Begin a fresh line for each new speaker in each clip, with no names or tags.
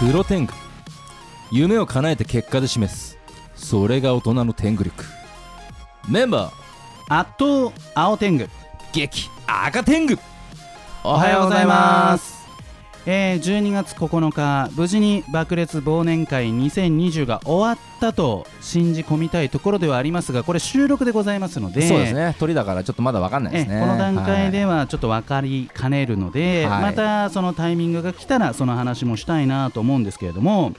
プロテング夢を叶えて結果で示すそれが大人の天狗力メンバー
あっと青天狗
激赤天狗お
お
はようございます
すえー、12月9日無事に爆裂忘年会2020が終わったと信じ込みたいところではありますがこれ収録でございますので
そうですね鳥だからちょっとまだわかんないです
え
ね
えこの段階
は
ではちょっと分かりかねるので、
はい
またそのタイミングが来たらその話もしたいなと思うんですけれども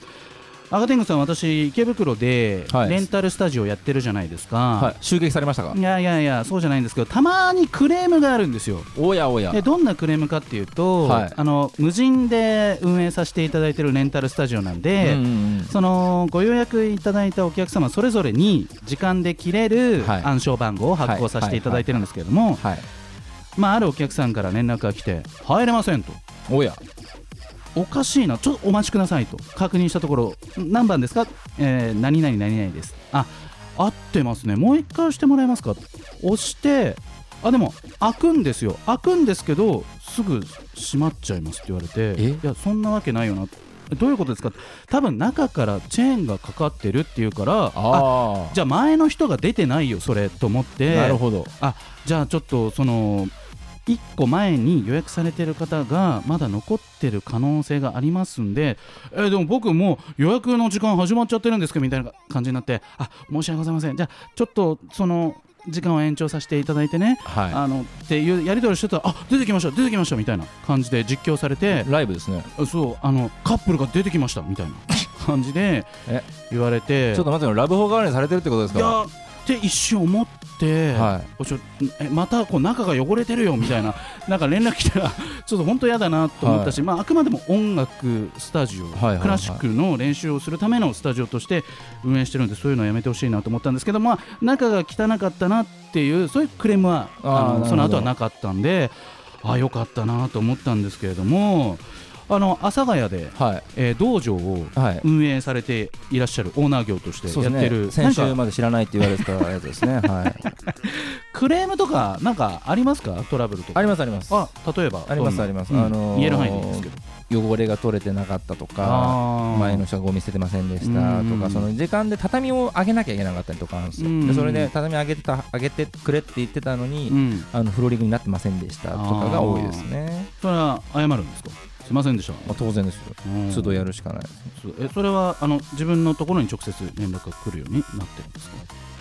赤天狗さん私池袋で
はい
レンタルスタジオやってるじゃないですか、
い、はい、襲撃されましたか
い、やいやいやそうじゃないんですけどたまにクレームがあるんですよ
おやおや
でどんなクレームかっていうと、
はい
あの無人で運営させていただいてるレンタルスタジオなんで、
うんうんうん
そのご予約いただいたお客様それぞれに時間で切れる
はい
暗証番号を発行させていただいてるんですけれども、
はい
まあ、あるお客さんから連絡が来て入れませんと
おや
おかしいなちょっとお待ちくださいと確認したところ何番ですか、えー、何々何々ですあ合ってますねもう一回押してもらえますか押してあでも開くんですよ開くんですけどすぐ閉まっちゃいますって言われて
え
いやそんなわけないよなどういうことですか多分中からチェーンがかかってるっていうからあ
あ
じゃあ前の人が出てないよそれと思って
あなるほど
あじゃあちょっとその1個前に予約されてる方がまだ残ってる可能性がありますんで、えーでも僕もう予約の時間始まっちゃってるんですけどみたいな感じになってあ申し訳ございませんじゃあちょっとその時間を延長させていただいてね、
は
あのっていうやり取りしてたらあ出てきました出てきましたみたいな感じで実況されて
いライブですね
そうあのカップルが出てきましたみたいな感じで
え
言われて
ちょっと待ってよラブホ代わりにされてるってことですか
いやって一瞬思って、
は
おちょえまたこう中が汚れてるよみ たいななんか連絡来たらちょっと本当嫌だなと思ったし、まあ、あくまでも音楽スタジオ、
はいはいはい
クラシックの練習をするためのスタジオとして運営してるんでそういうのはやめてほしいなと思ったんですけど、まあ、中が汚かったなっていうそういうクレームは
あー
あ
なるほ
の
ど
その後はなかったんでああよかったなと思ったんですけれどもあの阿佐ヶ谷で、
はい
えー道場を
はい
運営されていらっしゃるオーナー業として
そう
や
で
っ
すね
てる、
先
なん
週
か
まで知らないって言われてたやつですねはい
クレームとかなんかありますかトラブルとか
ありますあります
あ例えば
あります
どんな
あります
うん
あのー
言える範囲でいいですけど
汚れが取れてなかったとか
あー
前の人がゴミ捨ててませんでした
うん
と
うんう
か
ん
その時間で畳を上げなきゃいけなかったりとかあるんです
うんうんう
よ
ん
でそれで畳上げてた上げてくれって言ってたの
う
に
ん
あのフローリングになってませんでしたとかが多いですね
それは謝るんですかすいませんでした
まあ当然ですよ
うん
都度やるしかないですね
そうえそれはあの自分のところに直接連絡が来るようになってるんですか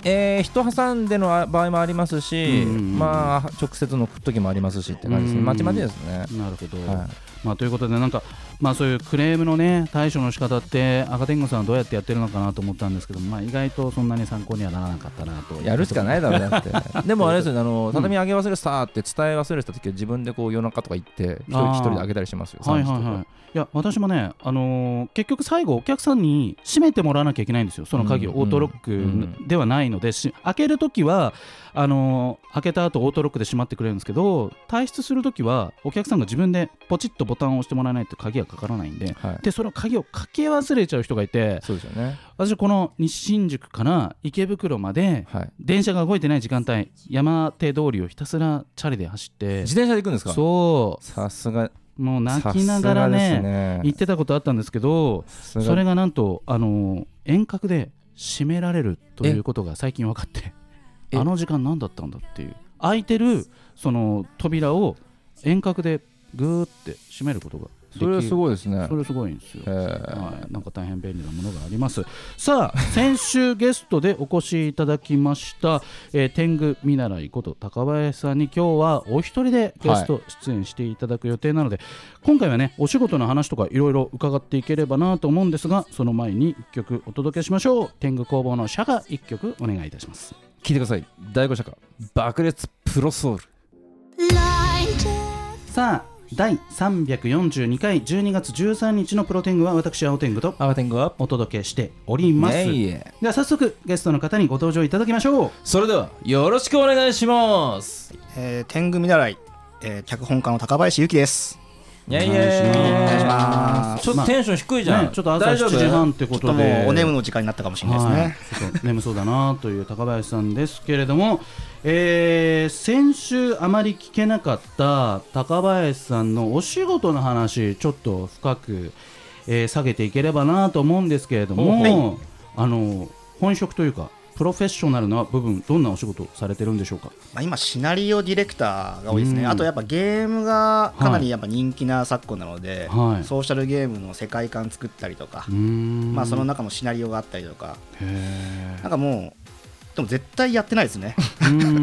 えー人挟んでの場合もありますし
うんうんうん
まあ直接の時もありますしって感じです
うんう
ね
ん
まちまちですね
なるほど、
はい
まあ、ということでなんか、まあ、そういうクレームの、ね、対処の仕方って赤天狗さんはどうやってやってるのかなと思ったんですけど、まあ、意外とそんなに参考にはならなかったなと
やるしかないいだろう なってでもあれですよねあの畳上げ忘れしたって伝え忘れた時は自分でこう夜中とか行って一人
あー
一人で上げたりしますよ
はいは
3
い
人と
はい
か、
いや私もね、あのー結局、最後、お客さんに閉めてもらわなきゃいけないんですよ、その鍵を、
うん
オートロックではないので、し開けるときはあのー開けた後オートロックで閉まってくれるんですけど、退出するときは、お客さんが自分でポチッとボタンを押してもらわないと鍵がかからないんで、
はい
でその鍵をかけ忘れちゃう人がいて、
そうですよね
私、この西新宿から池袋まで、
はい
電車が動いてない時間帯、山手通りをひたすらチャリで走って
自、転車で行くんですか
そ
さすが
う、もう泣きながらね。
ね
行ってたことあったんですけど
そ
それがなんとあの遠隔で閉められるということが最近分かって
え
あの時間何だったんだっていう開いてるその扉を遠隔でぐーって閉めることができ
それはす
い
ごいですね
それすごいんですよ
え。ー
はい、なんか大変便利なものがありますさあ先週ゲストでお越しいただきました、えー天狗見習いこと高林さんに今日はお一人でゲスト出演していただく予定なので、今回はねお仕事の話とかいろいろ伺っていければなと思うんですがその前に1曲お届けしましょう天狗工房の社が1曲お願いいたします
聞いてください第5社か爆裂プロソウル
さあ第342回12月13日のプロ天狗は私青天狗と
アワテングアップ
お届けしております、では早速ゲストの方にご登場いただきましょう
それではよろしくお願いします
えー、天狗見習い、えー脚本家の高林由紀です。
いやいや
お
願いし
や
ます
ちょっとテンション低いじゃん、
ねちょっと朝
大丈
7
夫
時半ってこ
ちょっ
と
とも
で
うお眠の時間になったかもしれないです
は
ね
い。、ちょっと眠そうだなという高林さんですけれども、えー先週あまり聞けなかった高林さんのお仕事の話ちょっと深く、えー下げていければなと思うんですけれども、あの本職というかプロフェッショナルな部分どんなお仕事をされてるんでしょうか
まあ、今シナリオディレクターが多いですね、
うん
あとやっぱゲームがかな
はい
りやっぱ人気な昨今なので、
はい
ソーシャルゲームの世界観作ったりとか、
うーん
まあ、その中のシナリオがあったりとか
へ
なんかもうでも絶対やってないですね
ーうー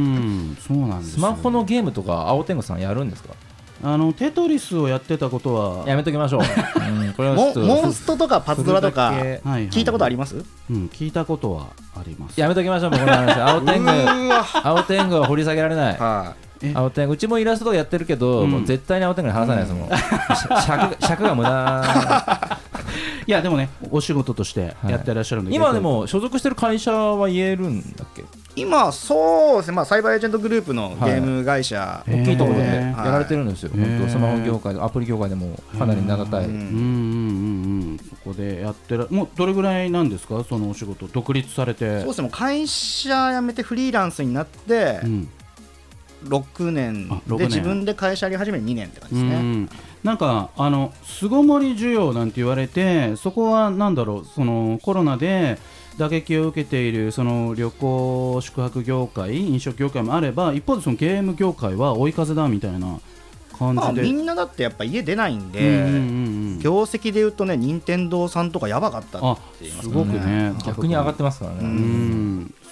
んそうなんですよ
スマホのゲームとか青天狗さんやるんですか
あのテトリスをやってたことは
やめときましょう、うん、これはちょっ
モ
と
ンモンストとかパズドラとか
それだけ
はいはい
聞いたことあります
うん、聞いたことはあります
やめときましょうもうこの話青天
う
狗
ーわ
青天狗は掘り下げられない
は
え
青天狗うちもイラストとかやってるけど、
うん
もう絶対に青天狗に話さないですもん、尺尺が無駄
いやでもねお仕事としてやってらっしゃるんで、
今でも所属してる会社は言えるんだっけ
い今そうですね、まあ、サイバーエージェントグループのゲーム会社、
へー
大きいところで
へ
や
ー
られてるんですよ、
へー
本当スマホ業界アプリ業界でもかなり名高い、
うん
うんうんうんうんそこでやってらもうどれぐらいなんですかそのお仕事独立されて
そうですねもう会社辞めてフリーランスになって
うん
6年
あ六
で
年
自分で会社やり始め2年って感じです
う
ね、
んなんかあの巣ごもり需要なんて言われてそこはなんだろうそのコロナで打撃を受けているその旅行宿泊業界飲食業界もあれば一方でそのゲーム業界は追い風だみたいな感
まあ、
じで、
みんなだってやっぱ家出ないん
うんうん
で、
うんうん
業績でいうとね、任天堂さんとかやばかった
あ
って言いますす
ご
も
く
んね
ね
逆に上がってますからね、
うん
うん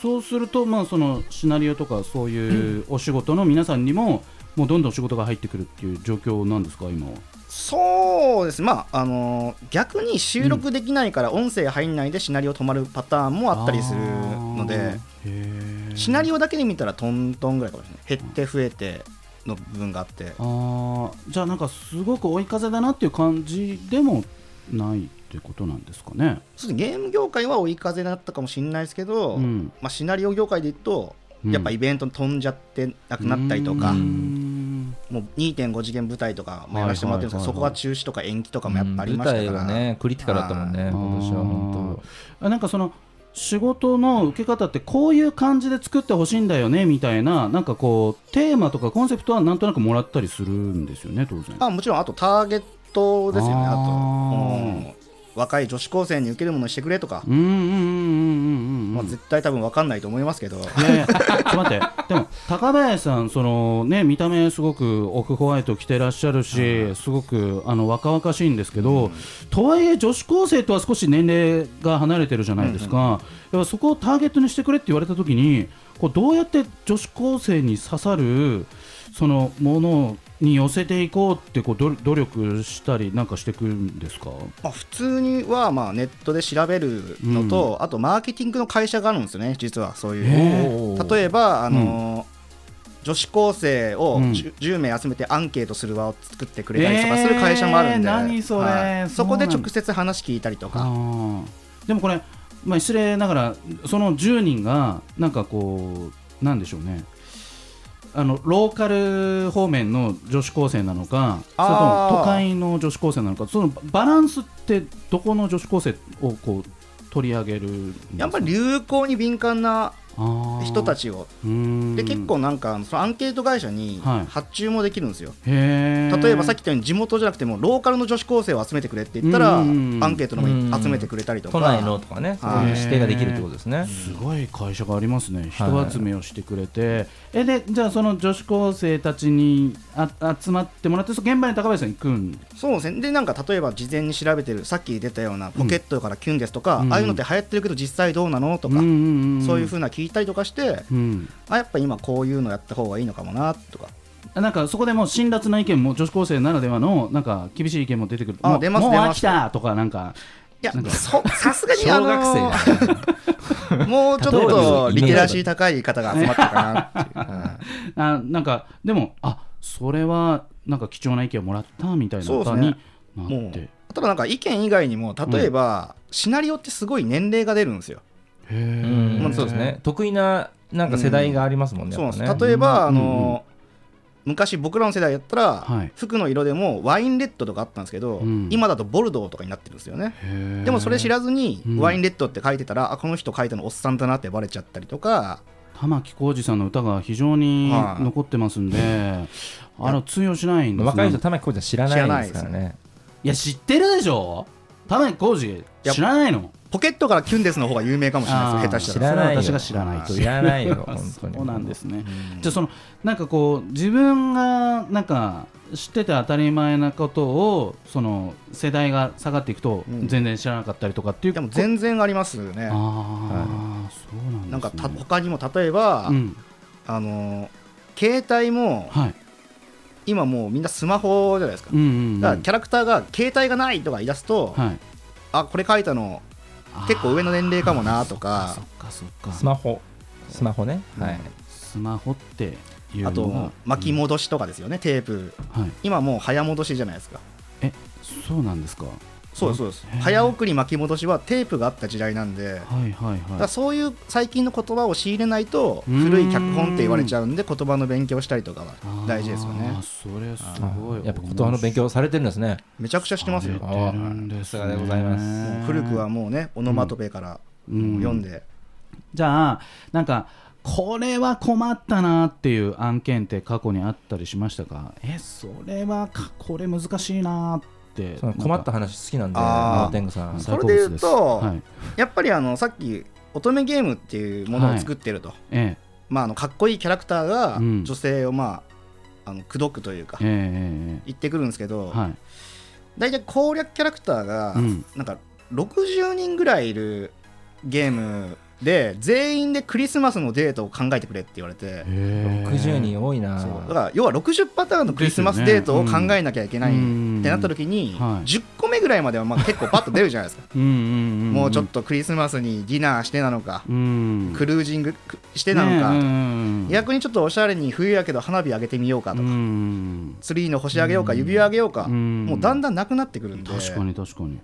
そうすると、まあ、そのシナリオとかそういうお仕事の皆さんにも、もうどんどん仕事が入ってくるっていう状況なんですか、今は。
そうです、まああのー逆に収録できないから音声入んないでシナリオ止まるパターンもあったりするので、
あー、へー
シナリオだけで見たらトントンぐらいかもしれない、減って増えての部分があって、
あーじゃあ、なんかすごく追い風だなっていう感じでもないってことなんですかね。
そうですねゲーム業界は追い風だったかもしれないですけど、
うん
まあ、シナリオ業界で言うと、
うん
やっぱイベント飛んじゃってなくなったりとか。
うーん
もう2.5次元舞台とかもやらせてもらってるん
はいはいはい
ですけど、
はい
そこは中止とか延期とかもやっぱあり
舞
ました
台
から、
がねクリティカルだったもんね
あー
今年は本
あなんかその仕事の受け方ってこういう感じで作ってほしいんだよねみたいななんかこうテーマとかコンセプトはなんとなくもらったりするんですよね当然。
あもちろんあとターゲットですよね
あ
あ
ー
と、うん若い女子高生に受けるものにしてくれとか、
うんうんうんうんうんうん
ま
う
あ、
ん。
絶対多分分かんないと思いますけど、
いやいや、ちょっと待って、でも高林さん、そのね見た目すごくオフホワイト着てらっしゃるし、すごくあの若々しいんですけど、とはいえ女子高生とは少し年齢が離れてるじゃないですか。やっぱそこをターゲットにしてくれって言われた時に、こうどうやって女子高生に刺さるそのものに寄せていこうってこうど努力したりなんかしてくんですか。
まあ、普通にはまあネットで調べるのと、あとマーケティングの会社があるんですよね実はそういう、
当
例
え
えばあのー女子高生を
うん
10, 10名集めてアンケートする場を作ってくれたりとかする会社もあるんで、
えー何それ
はい
そ
そう
な
こ
んだ
で直接話聞いたりとか
あーでもこれ、まあ、失礼ながらその10人がなんかこうなんでしょうねあのローカル方面の女子高生なのかそれと
あー
も都会の女子高生なのかそのバランスってどこの女子高生をこう取り上げるんですか
やっぱり流行に敏感な人た
ち
ちを
で
で結構なんかあのそのアンケート会社に
はい
発注もできるんですよ、
例
例えばさっき言ったように地元じゃなくてもローカルの女子高生を集めてくれって言ったらア
うんうんうん
ンケートの方に集めてくれたりとか
都内のとかねそういう指定ができるってことですね
すごい会社がありますね、人集めをしてくれて、えでじゃあ、その女子高生たちにあ集まってもらって、その現場に高林さん行くん
そうですねでなんか例えば事前に調べてるさっき出たようなポケットからキュンですとか、
うん
ああいうのって流行ってるけど実際どうなのと
と
か、
うんうんん
そういうふうな聞いたりとかして
うん、
あやっぱ今こういうのやった方がいいのかもなとか
なんかそこでもう辛辣な意見も、女子高生ならではのなんか厳しい意見も出てくる、
あ
もう
出ます
もう
出
飽
ま
き
す
たとか、なんか、
いや
なんか
そさすがにあ
小学生だ
の
ね
もうちょっとリテラシー高い方が集まったかなっていう。うん
あなんかでも、あそれはなんか貴重な意見をもらったみたいな
そうです
方
ね
にな
も
って。
うただなんか意見以外にも例えば、シナリオってすごい年齢が出るんですよ。
へ
う
ー
んそうですね得意ななんか世代がありますもんね
そう
やっ
なんで
ぱ
す
ね
例えば、
うん
あの昔僕らの世代やった
は
ら
い
服の色でもワインレッドとかあったんですけど、
うん
今だとボルドーとかになってるんですよね
へー
でもそれ知らずに
うん
ワインレッドって書いてたら、あこの人書いたのおっさんだなってバレちゃったりとか
玉置浩二さんの歌が非常に
はい
残ってますんで、あの通用しないんです、ね、
若い人玉置浩二は知らないですからね
いや知ってるでしょ玉置浩二
や
知らないの
ポケットからキュンデスの方が有名かもしれないです
あー
よ下手した
知ら
ら
それは
ないよ
私が知らないという
知らない よ本当に
そうなんですね
うん
じゃあそのなんかこう自分がなんか知ってて当たり前なことをその世代が下がっていくと
うん
全然知らなかったりとかっていう
でも
然
全然ありますよね
ああ、そうなんです、ね、
なんかた他にも例えば、
うん
あの携帯も
はい
今もうみんなスマホじゃないですか、
うんうんうん
だからキャラクターが携帯がないとか言い出すと、
はい
あこれ書いたの
あー
結構上の年齢かもなとか
そっかそっか
スマホスマホね、はい
スマホっていうの
あ
が
と巻き戻しとかですよね、テープ
うんはい
今もう早戻しじゃないですか
えそうなんですかは
そうですそうです
へー
早送り巻き戻しはテープがあった時代なんで、
いはい
だか
は
ら
い
そういう最近の言葉を仕入れないと
うーん
古い脚本って言われちゃうんで言葉の勉強したりとかは大事ですよ
あー
ね
それす
あ
ごい
やっぱ言葉の勉強されてるんですね
めちゃくちゃしてますよ
されてるんですね
あーさすがでございます
もう古くはもうねオノマトペから
うん
読んで、
じゃあなんかこれは困ったなっていう案件って過去にあったりしましたかえそれはかこれ難しいなって
その困った話好きなんで
あー
マーテングさん
最
そ
高
れ
で
です言うと、
はい
やっぱりあのさっき乙女ゲームっていうものを作ってると、
え
まあ、あのかっこいいキャラクターが
うん
女性をまああの口説くというか
えええええ
言ってくるんですけ
え
ど、
はい
大体攻略キャラクターが
うん
なんか60人ぐらいいるゲームで全員でクリスマスのデートを考えてくれって言われて、
60人多いな
そうだから要は60パターンのクリスマスデートを考えなきゃいけないってなった時に
うんはい
10個目ぐらいまではまあ結構パッと出るじゃないですか
うんうんうんん
もうちょっとクリスマスにディナーしてなのか
うん
クルージングして
て
なのか、
か
逆にちょっとおしゃれに冬やけど花火上げてみようかとか、
うん
ツリーの星上げようか指輪上げようか、
うん
もうだんだんなくなってくるんで
確かに確かに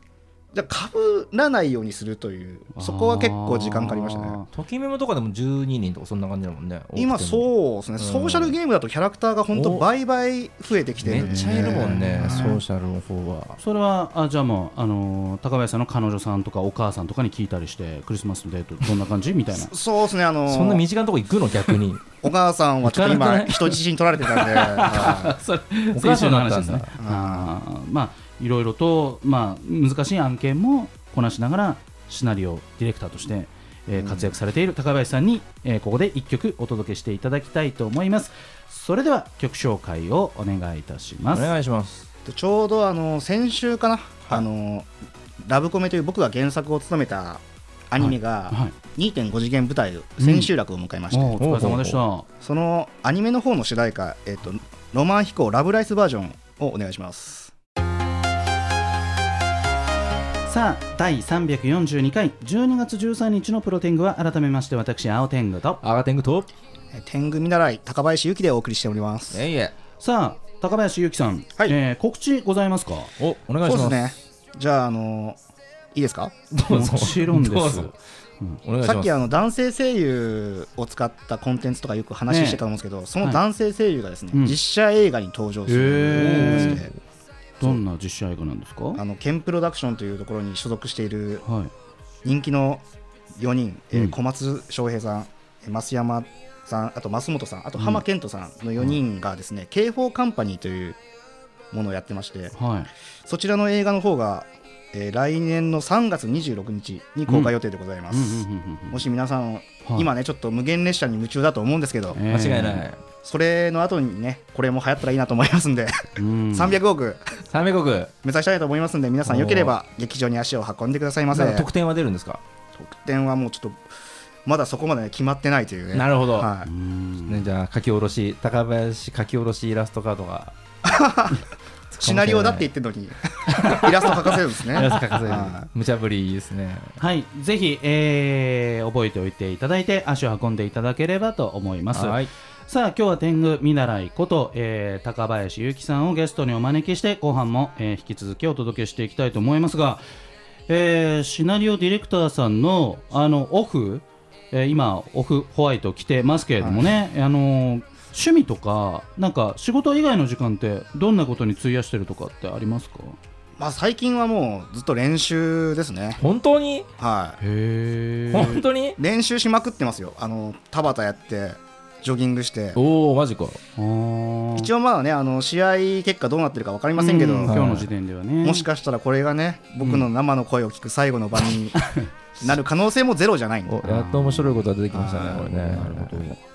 じゃあ被らないようにするというそこは結構時間かかりました
あ
ね
ー
ときメモとかでも12人とかそんな感じだもんね
今
う
そうですね、ソーシャルゲームだとキャラクターが本当
お
倍々増えてきて
め
るんで
っちゃいるもんねソーシャルの方は
それはあじゃあもう、あのー高林さんの彼女さんとかお母さんとかに聞いたりしてクリスマスのデートどんな感じみたいな
そうですねあの
そんな身近なとこ行くの逆に
お母さんはちょっと
行かな
今
くない
人質に取られて たんで は
それ
お母さんだったんだ
あーまあいろいろと、まあ、難しい案件もこなしながらシナリオディレクターとして、えー活躍されている高林さんに、えーここで1曲お届けしていただきたいと思いますそれでは曲紹介をお願いいたし
お
ます
願いします
いでちょうどあの先週かな、あのラブコメという僕が原作を務めたアニメが
はい、
2.5次元舞台千秋楽を迎えまして、
お疲れ様でした
そのアニメの方の主題歌、えっとロマン飛行ラブライスバージョンをお願いします。
さあ第342回12月13日のプロテングは改めまして私青天狗と
アガテングと
えー天狗見習い高林ゆきでお送りしております。
えいえ
さあ高林ゆきさん、
はい
えー告知ございますか
おお
そ
願い
うで
し
す
ます
ね。じゃああのいいですか？
どう
も
ぞ
ちろんです
どうぞお願いします
さっきあの男性声優を使ったコンテンツとかよく話してたと思うんですけど、その男性声優がですね、
うん
実写映画に登場するんですね。
どんな実写映画なんですかは
あのケンプロダクションというところに所属している
い
人気の4人、えー
うん
小松翔平さん、えー増山さん、あと増本さん、あと浜健人さんの4人がですね、警報カンパニーというものをやってまして、
はい
そちらの映画の方が、えー来年の3月26日に公開予定でございます。
うんうんうんうん
もし皆さん、
はい
今ね、ちょっと無限列車に夢中だと思うんですけど、
えー
間違いない
それの後にね、これも流行ったらいいなと思いますんで、
うん
300億
三名国
目指したいと思いますんで、皆さん、よければ劇場に足を運んでくださいませ。
得点は出るんですか
得点はもうちょっとまだそこまでね決まってないというね
なるほど
は
う
い、
ん
ねじゃあ書き下ろし高林書き下ろしイラストカード が
シナリオだって言ってるのにイラスト描かせるんです ね
イラスト書 かせる
は
無茶ぶりですね
はいぜひ、えー覚えておいていただいて足を運んでいただければと思います
はい
さあ今日は天狗見習いこと、えー高林ゆきさんをゲストにお招きして後半も、えー引き続きお届けしていきたいと思いますが、えーシナリオディレクターさんのあのオフ、えー今オフホワイト着てますけれどもね、あのー趣味とかなんか仕事以外の時間ってどんなことに費やしてるとかってありますか
まあ、最近はもうずっと練習ですね、
本当に
は
へ
本当に
い、練習しまくってますよ、あの田端やって、ジョギングして、
おおマジか
一応まだね、あの試合結果どうなってるか分かりませんけど、
今日の時点ではね
もしかしたらこれがね、僕の生の声を聞く最後の場 になる可能性もゼロじゃないんで
おやっと面白いことが出てきましたねこれね
なるほど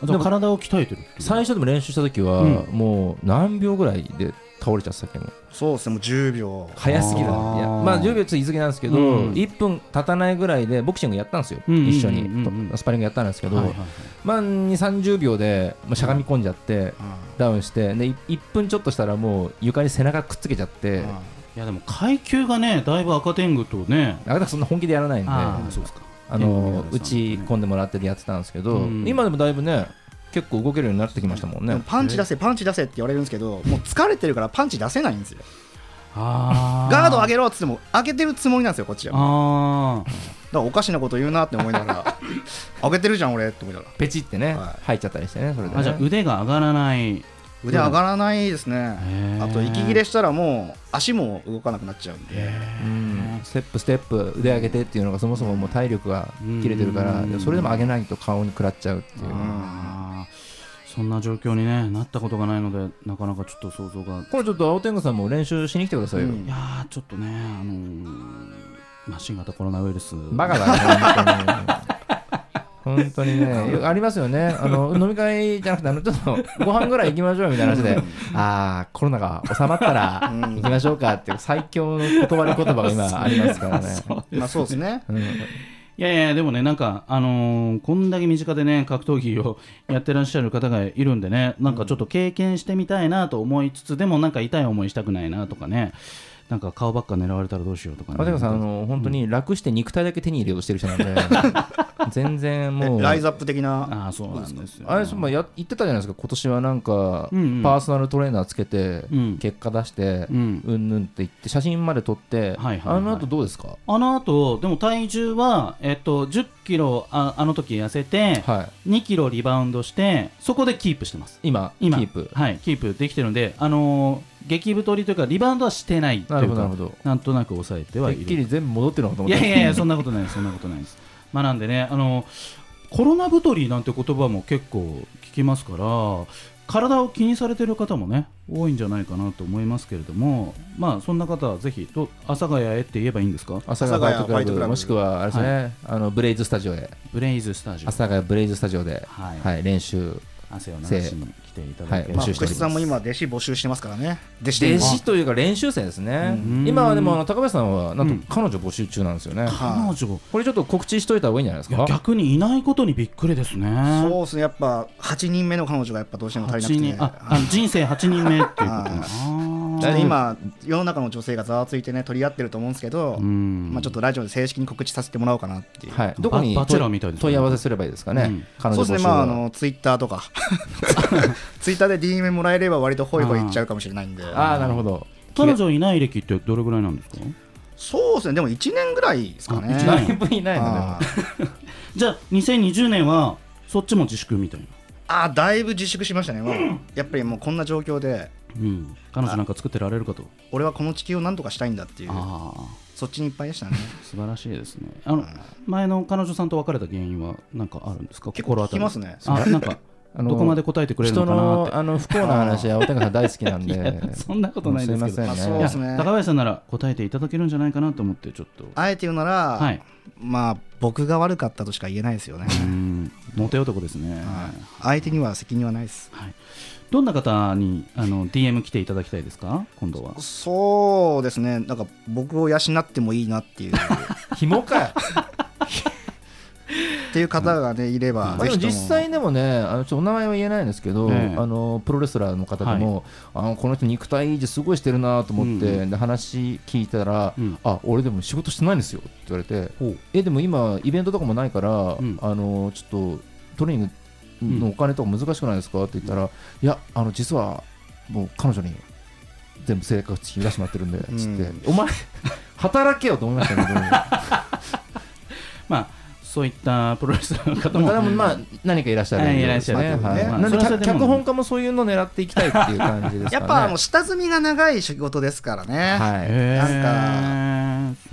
あ
で
と
も
体を鍛えてるっていう
最初でも練習した時は、
うん
もう何秒ぐらいで倒れちゃってたっけもう
そうですね、もう10秒、
早すぎるない
あー
やまあ10秒ちょっと言い過ぎなんですけど、
うん
1分経たないぐらいでボクシングやったんですよ、
うんうんうんうん
一緒にとスパリングやったんですけど、
はいはいはい
まあ2 3 0秒で、まあ、しゃがみ込んじゃって
うん
ダウンしてで1分ちょっとしたらもう床に背中くっつけちゃって
うん
いやでも階級がねだいぶ赤天狗とね
なかなかそんな本気でやらないんで
あ
あ
あそうですか
の
うん
打ち込んでもらってでやってたんですけど、
うん
今でもだいぶね結構動けるようになってきましたもん
で
ね
も、パンチ出せ、パンチ出せって言われるんですけど、もう疲れてるからパンチ出せないんですよ、
あ
ガード上
げ
げろって言っても、上げてるつもりなんですよ、こっちは。だか
あー
らおかしなこと言うなって思いなが ら、上げてるじゃん、俺って思いながら、
ペチってね、
はい
入っちゃったりしてねそれでね
あじゃあ腕が上がらない
腕上がらないですね。あ
あ
と息切れしたらもう足も動かなくなっちゃうんで、
うんステップステップ腕上げてっていうのがそもそももう体力が切れてるから
うん
それでも上げないと顔に食らっちゃうっていう
あーそんな状況に、ね、なったことがないのでなかなかちょっと想像が
これちょっと青天狗さんも練習しに来てくださいよ
うん
いやーちょっとね、あのーまあ、新型コロナウイルス
バカだね本当に本当 にねありますよねあの飲み会じゃなくてあのちょっとご飯ぐらい行きましょうみたいな話でああコロナが収まったら
うん
行きましょうかっていう最強の断り言葉が今あります からね
まあそうですね。
うん
いやいやでもねなんか、あのーこんだけ身近でね格闘技をやってらっしゃる方がいるんでねなんかちょっと経験してみたいなと思いつつでもなんか痛い思いしたくないなとかねなんか顔ばっか狙われたらどうしようとかね
青天狗さんあの本当に楽して肉体だけ手に入れようとしてる人なんで全然もう
えライズアップ的な、
ああそうなんですよ
あれそうまあや言ってたじゃないですか、今年はなんか、
うんうん
パーソナルトレーナーつけて、
うん
結果出して
う、ん
うんぬんって言って、写真まで撮って、
はいはいはい
あの後どうですか、
あの後でも体重は、えっと、1 0キロああの時痩せて、
は
2キロリバウンドしてそこでキープしてます
い、今、
今
キープ、
はい、キープできてるんで、あのー激太りというかリバウンドはしてないと
なる
い
ほ
う
ど、なる
か
ほど、
なんとなく抑えては
て
い
っ
る
きり全部戻ってるのかと
い
思っ
や
て、
いやいやそんなことないですそんなことないですまあなんでね、あのーコロナ太りなんて言葉も結構聞きますから体を気にされてる方もね多いんじゃないかなと思いますけれどもまあそんな方はぜひど阿佐ヶ谷へって言えばいいんですか
阿佐ヶ谷ファイトク
阿佐ヶ谷フ
ラ
ァイト
ブ、
クラブ
もしくはあれですね、あのブレイズスタジオへ、
ブレイズスタジ
阿
オ
佐ヶ谷ブレイズスタジオで、
はい
はい、練習、
汗を流しに来ていただければ、
ま
募
あ、
集しております
福士さんも今弟子募集してますからね。弟子で
弟
も
子というか、練習生ですね、
うん
今はでも、あの高橋さんは、な
うんん
と彼女募集中なんですよね、
彼女
これちょっと告知しといた方がいいんじゃないです
いや
か。
逆にいないことにびっくりですね
そうですね。やっぱ8人目の彼女がやっぱどうしても足
八
り
人
な
あ
くて。
あの人生8人目っていうことな
はい
の
ちょっと今世の中の女性がざわついてね取り合ってると思うんですけど、
うん
まあちょっとラジオで正式に告知させてもらおうかなっていう。
はい、どこに
ババチェラーみたいですね
問い合わせすればいいですかね、
うん
彼女
そう
募集
ですね、まあ、あのツイッターと か、ツイッターで DM もらえれば、割とホイホイいっちゃうかもしれないんで、
ああなるほど
彼女いない歴ってどれぐらいなんですか
そうですね、でも1年ぐらいですかね
あ。一
だ
年
いぶいないのでも
あー
じゃあ2020年はそっちも自粛みたいな、
あー、だいぶ自粛しましたね、もうやっぱりもうこんな状況で、
うん、彼女なんか作ってられるかと
俺はこの地球をなんとかしたいんだっていう、
ああ
そっちにいっぱいでしたね。
素晴らしいですねあの前の彼女さんと別れた原因は何かあるんですか
結構
心
聞
当た
き
り
ますね。
あなんか
あの
どこまで答えてくれる
人
のかなっ
の
て
あの不幸な話はお天狗さん大好きなんで
いやそんなことないですけど
もうすい
ま
ま
あそう
せんね
ね
いや高林さんなら答えていただけるんじゃないかなと思ってちょっと
あえて言うなら、
はい
まあ、僕が悪かったとしか言えないですよね。
うんモテ男ですね、
はい相手には責任はないです。
はい、どんな方にあの DM 来ていただきたいですか、今度は。
そうですね、なんか僕を養ってもいいなっていう っ
紐かよ
ていう方がね、いれば、
まあ
ぜ
でも
ひとも
実際でもねあのちょっとお名前は言えないんですけど、
ええ
あのプロレスラーの方でも、あのこの人肉体維持すごいしてるなと思って、
うん
で話聞いたら、
うん
あ俺でも仕事してないんですよって言われて
ほう
えでも今イベントとかもないから、
ん
あのちょっとトレーニングのお金とか難しくないですかって言ったら、いやあの実はもう彼女に全部生活費出してもらってるんで、
ん
つってお前働けよと思いましたけど
まあ、そういったプロレスラーの方も
方もまあ何かいらっしゃる
はいいらっしゃる
ねはい
ま
な
あ
んで
それはそれでも
脚本家もそういうの狙っていきたいっていう感 じですかね
やっぱもう下積みが長い仕事ですからね、
はい
へーそ
なん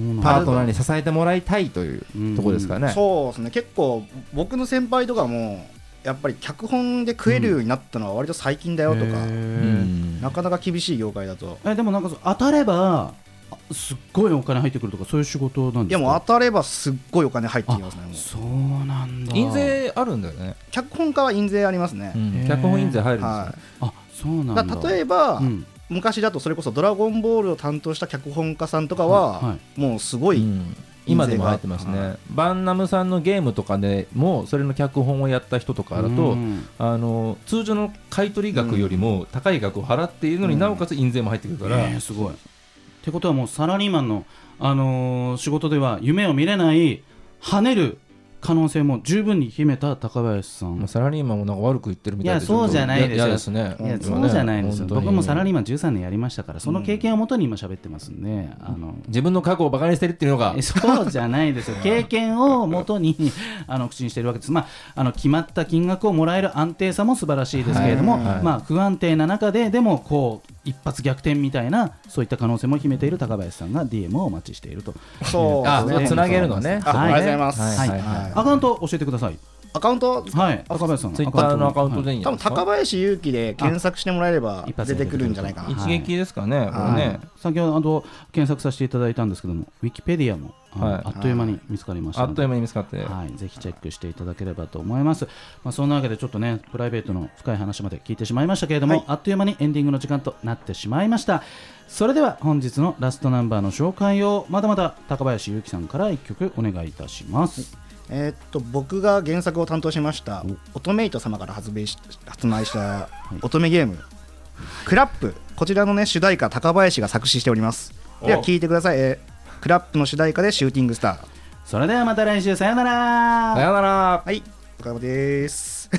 うなんだ
パートナーに支えてもらいたいというところですからね
そうですね結構僕の先輩とかもやっぱり脚本で食えるようになったのは割と最近だよとか、
へ
う
ー
ん
なかなか厳しい業界だと
えでもなんかそう当たればあすっごいお金入ってくるとかそういう仕事なん
い
です
や
か
もう当たればすっごいお金入ってきますねもう
そうなんだ
印税あるんだよね
脚本家は印税ありますね、
へー
脚本印税入るんですよ
は、
あそうないん
だ
だ
から例え
え
ば、
うん、
昔だとそれこそ「ドラゴンボール」を担当した脚本家さんとかは、
は
もうすご
う
い、
ん今でも入ってます
印税が
ねバンナムさんのゲームとかでもそれの脚本をやった人とかだと
うん
あの通常の買い取り額よりも高い額を払っているのに
うん
なおかつ印税も入ってくるから、
えーすごいってことはもうサラリーマンの、あのー仕事では夢を見れない跳ねる可能性も十分に秘めた高林さん
もうサラリーマンもなんか悪く言ってるみたい
いやそうじゃないですよ
嫌ですね
いや
本当
そ
ね
うじゃないんですよ、
本当に
僕もサラリーマン13年やりましたからその経験をもとに今喋ってますんで、あの
自分の過去をバカにしてるっていうのが
え そうじゃない ですよ、経験をもとに あの口にしているわけです、まああの、決まった金額をもらえる安定さも素晴らしいですけれども、
はいはい
まあ、不安定な中で、でもこう一発逆転みたいな、そういった可能性も秘めている高林さんが DM をお待ちしていると、
そう
あ
ですね
つなげるのね
あ
はい
ありがとうございます、
は
はいい
はいはい
アカウント教えてください、
アカウント
はい、高林さん
ツイッターのアカウントで
はい
いんじゃ
多
ない
分
ですか
高林勇気で検索してもらえれば
一発
出
で
てくるんじゃないかな
は
一撃ですかね、これね
先ほどあの検索させていただいたんですけども、ウィキペディアもあの
はい
あっという間に見つかりました
あ
の
っ
で。
という間に見つかって、
はい、ぜひチェックしていただければと思います。まあ、そんなわけで、ちょっとね、プライベートの深い話まで聞いてしまいましたけれども、
はい
あっという間にエンディングの時間となってしまいました。それでは、本日のラストナンバーの紹介を、まだまだ高林ゆうきさんから一曲お願いいたします。
えーっと僕が原作を担当しました乙女糸様から発売し発売した乙女ゲーム「クラップ」こちらのね主題歌高林が作詞しておりますでは
お
聞いてください、えークラップの主題歌で「シューティングスター
それではまた来週、さようなら
さよなら」
はいお疲れ様です